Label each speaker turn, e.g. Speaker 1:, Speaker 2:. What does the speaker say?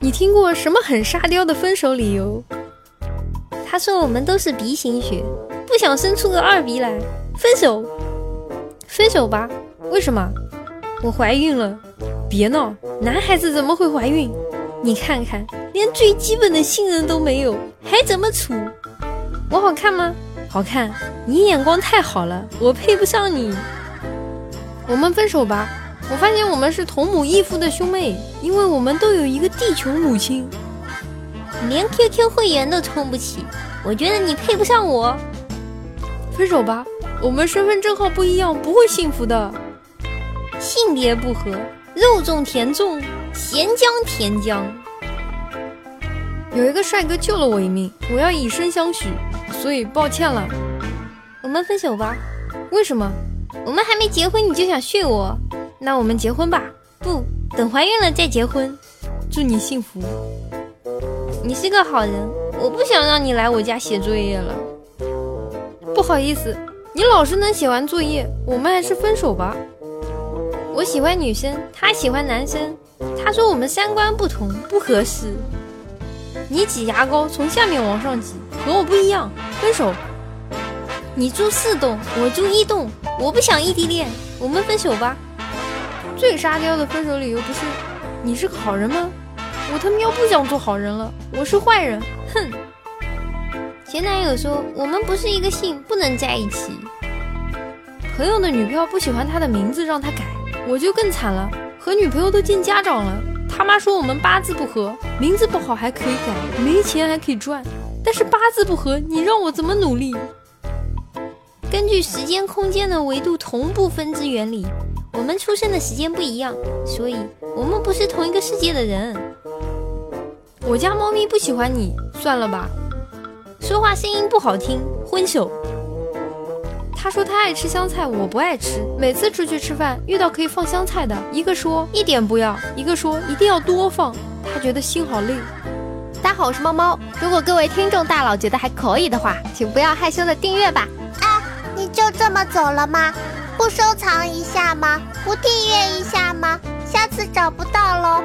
Speaker 1: 你听过什么很沙雕的分手理由？
Speaker 2: 他说我们都是鼻型血，不想生出个二鼻来，分手。
Speaker 1: 分手吧？为什么？我怀孕了。别闹，男孩子怎么会怀孕？你看看，连最基本的信任都没有，还怎么处？我好看吗？好看，你眼光太好了，我配不上你。我们分手吧。我发现我们是同母异父的兄妹，因为我们都有一个地球母亲。
Speaker 2: 你连 QQ 会员都充不起，我觉得你配不上我。
Speaker 1: 分手吧，我们身份证号不一样，不会幸福的。
Speaker 2: 性别不合，肉粽甜粽，咸姜甜姜。
Speaker 1: 有一个帅哥救了我一命，我要以身相许，所以抱歉了。
Speaker 2: 我们分手吧？
Speaker 1: 为什么？
Speaker 2: 我们还没结婚你就想睡我？
Speaker 1: 那我们结婚吧？
Speaker 2: 不，等怀孕了再结婚。
Speaker 1: 祝你幸福。
Speaker 2: 你是个好人，我不想让你来我家写作业了。
Speaker 1: 不好意思，你老是能写完作业，我们还是分手吧。我喜欢女生，他喜欢男生，他说我们三观不同，不合适。你挤牙膏从下面往上挤，和我不一样，分手。
Speaker 2: 你住四栋，我住一栋，我不想异地恋，我们分手吧。
Speaker 1: 最沙雕的分手理由不是你是个好人吗？我他喵不想做好人了，我是坏人，哼！
Speaker 2: 前男友说我们不是一个姓，不能在一起。
Speaker 1: 朋友的女票不喜欢他的名字，让他改，我就更惨了，和女朋友都见家长了。他妈说我们八字不合，名字不好还可以改，没钱还可以赚，但是八字不合，你让我怎么努力？
Speaker 2: 根据时间空间的维度同步分支原理。我们出生的时间不一样，所以我们不是同一个世界的人。
Speaker 1: 我家猫咪不喜欢你，算了吧。
Speaker 2: 说话声音不好听，分手。
Speaker 1: 他说他爱吃香菜，我不爱吃。每次出去吃饭，遇到可以放香菜的，一个说一点不要，一个说一定要多放。他觉得心好累。
Speaker 3: 大家好，我是猫猫。如果各位听众大佬觉得还可以的话，请不要害羞的订阅吧。
Speaker 4: 啊，你就这么走了吗？不收藏一下吗？不订阅一下吗？下次找不到喽。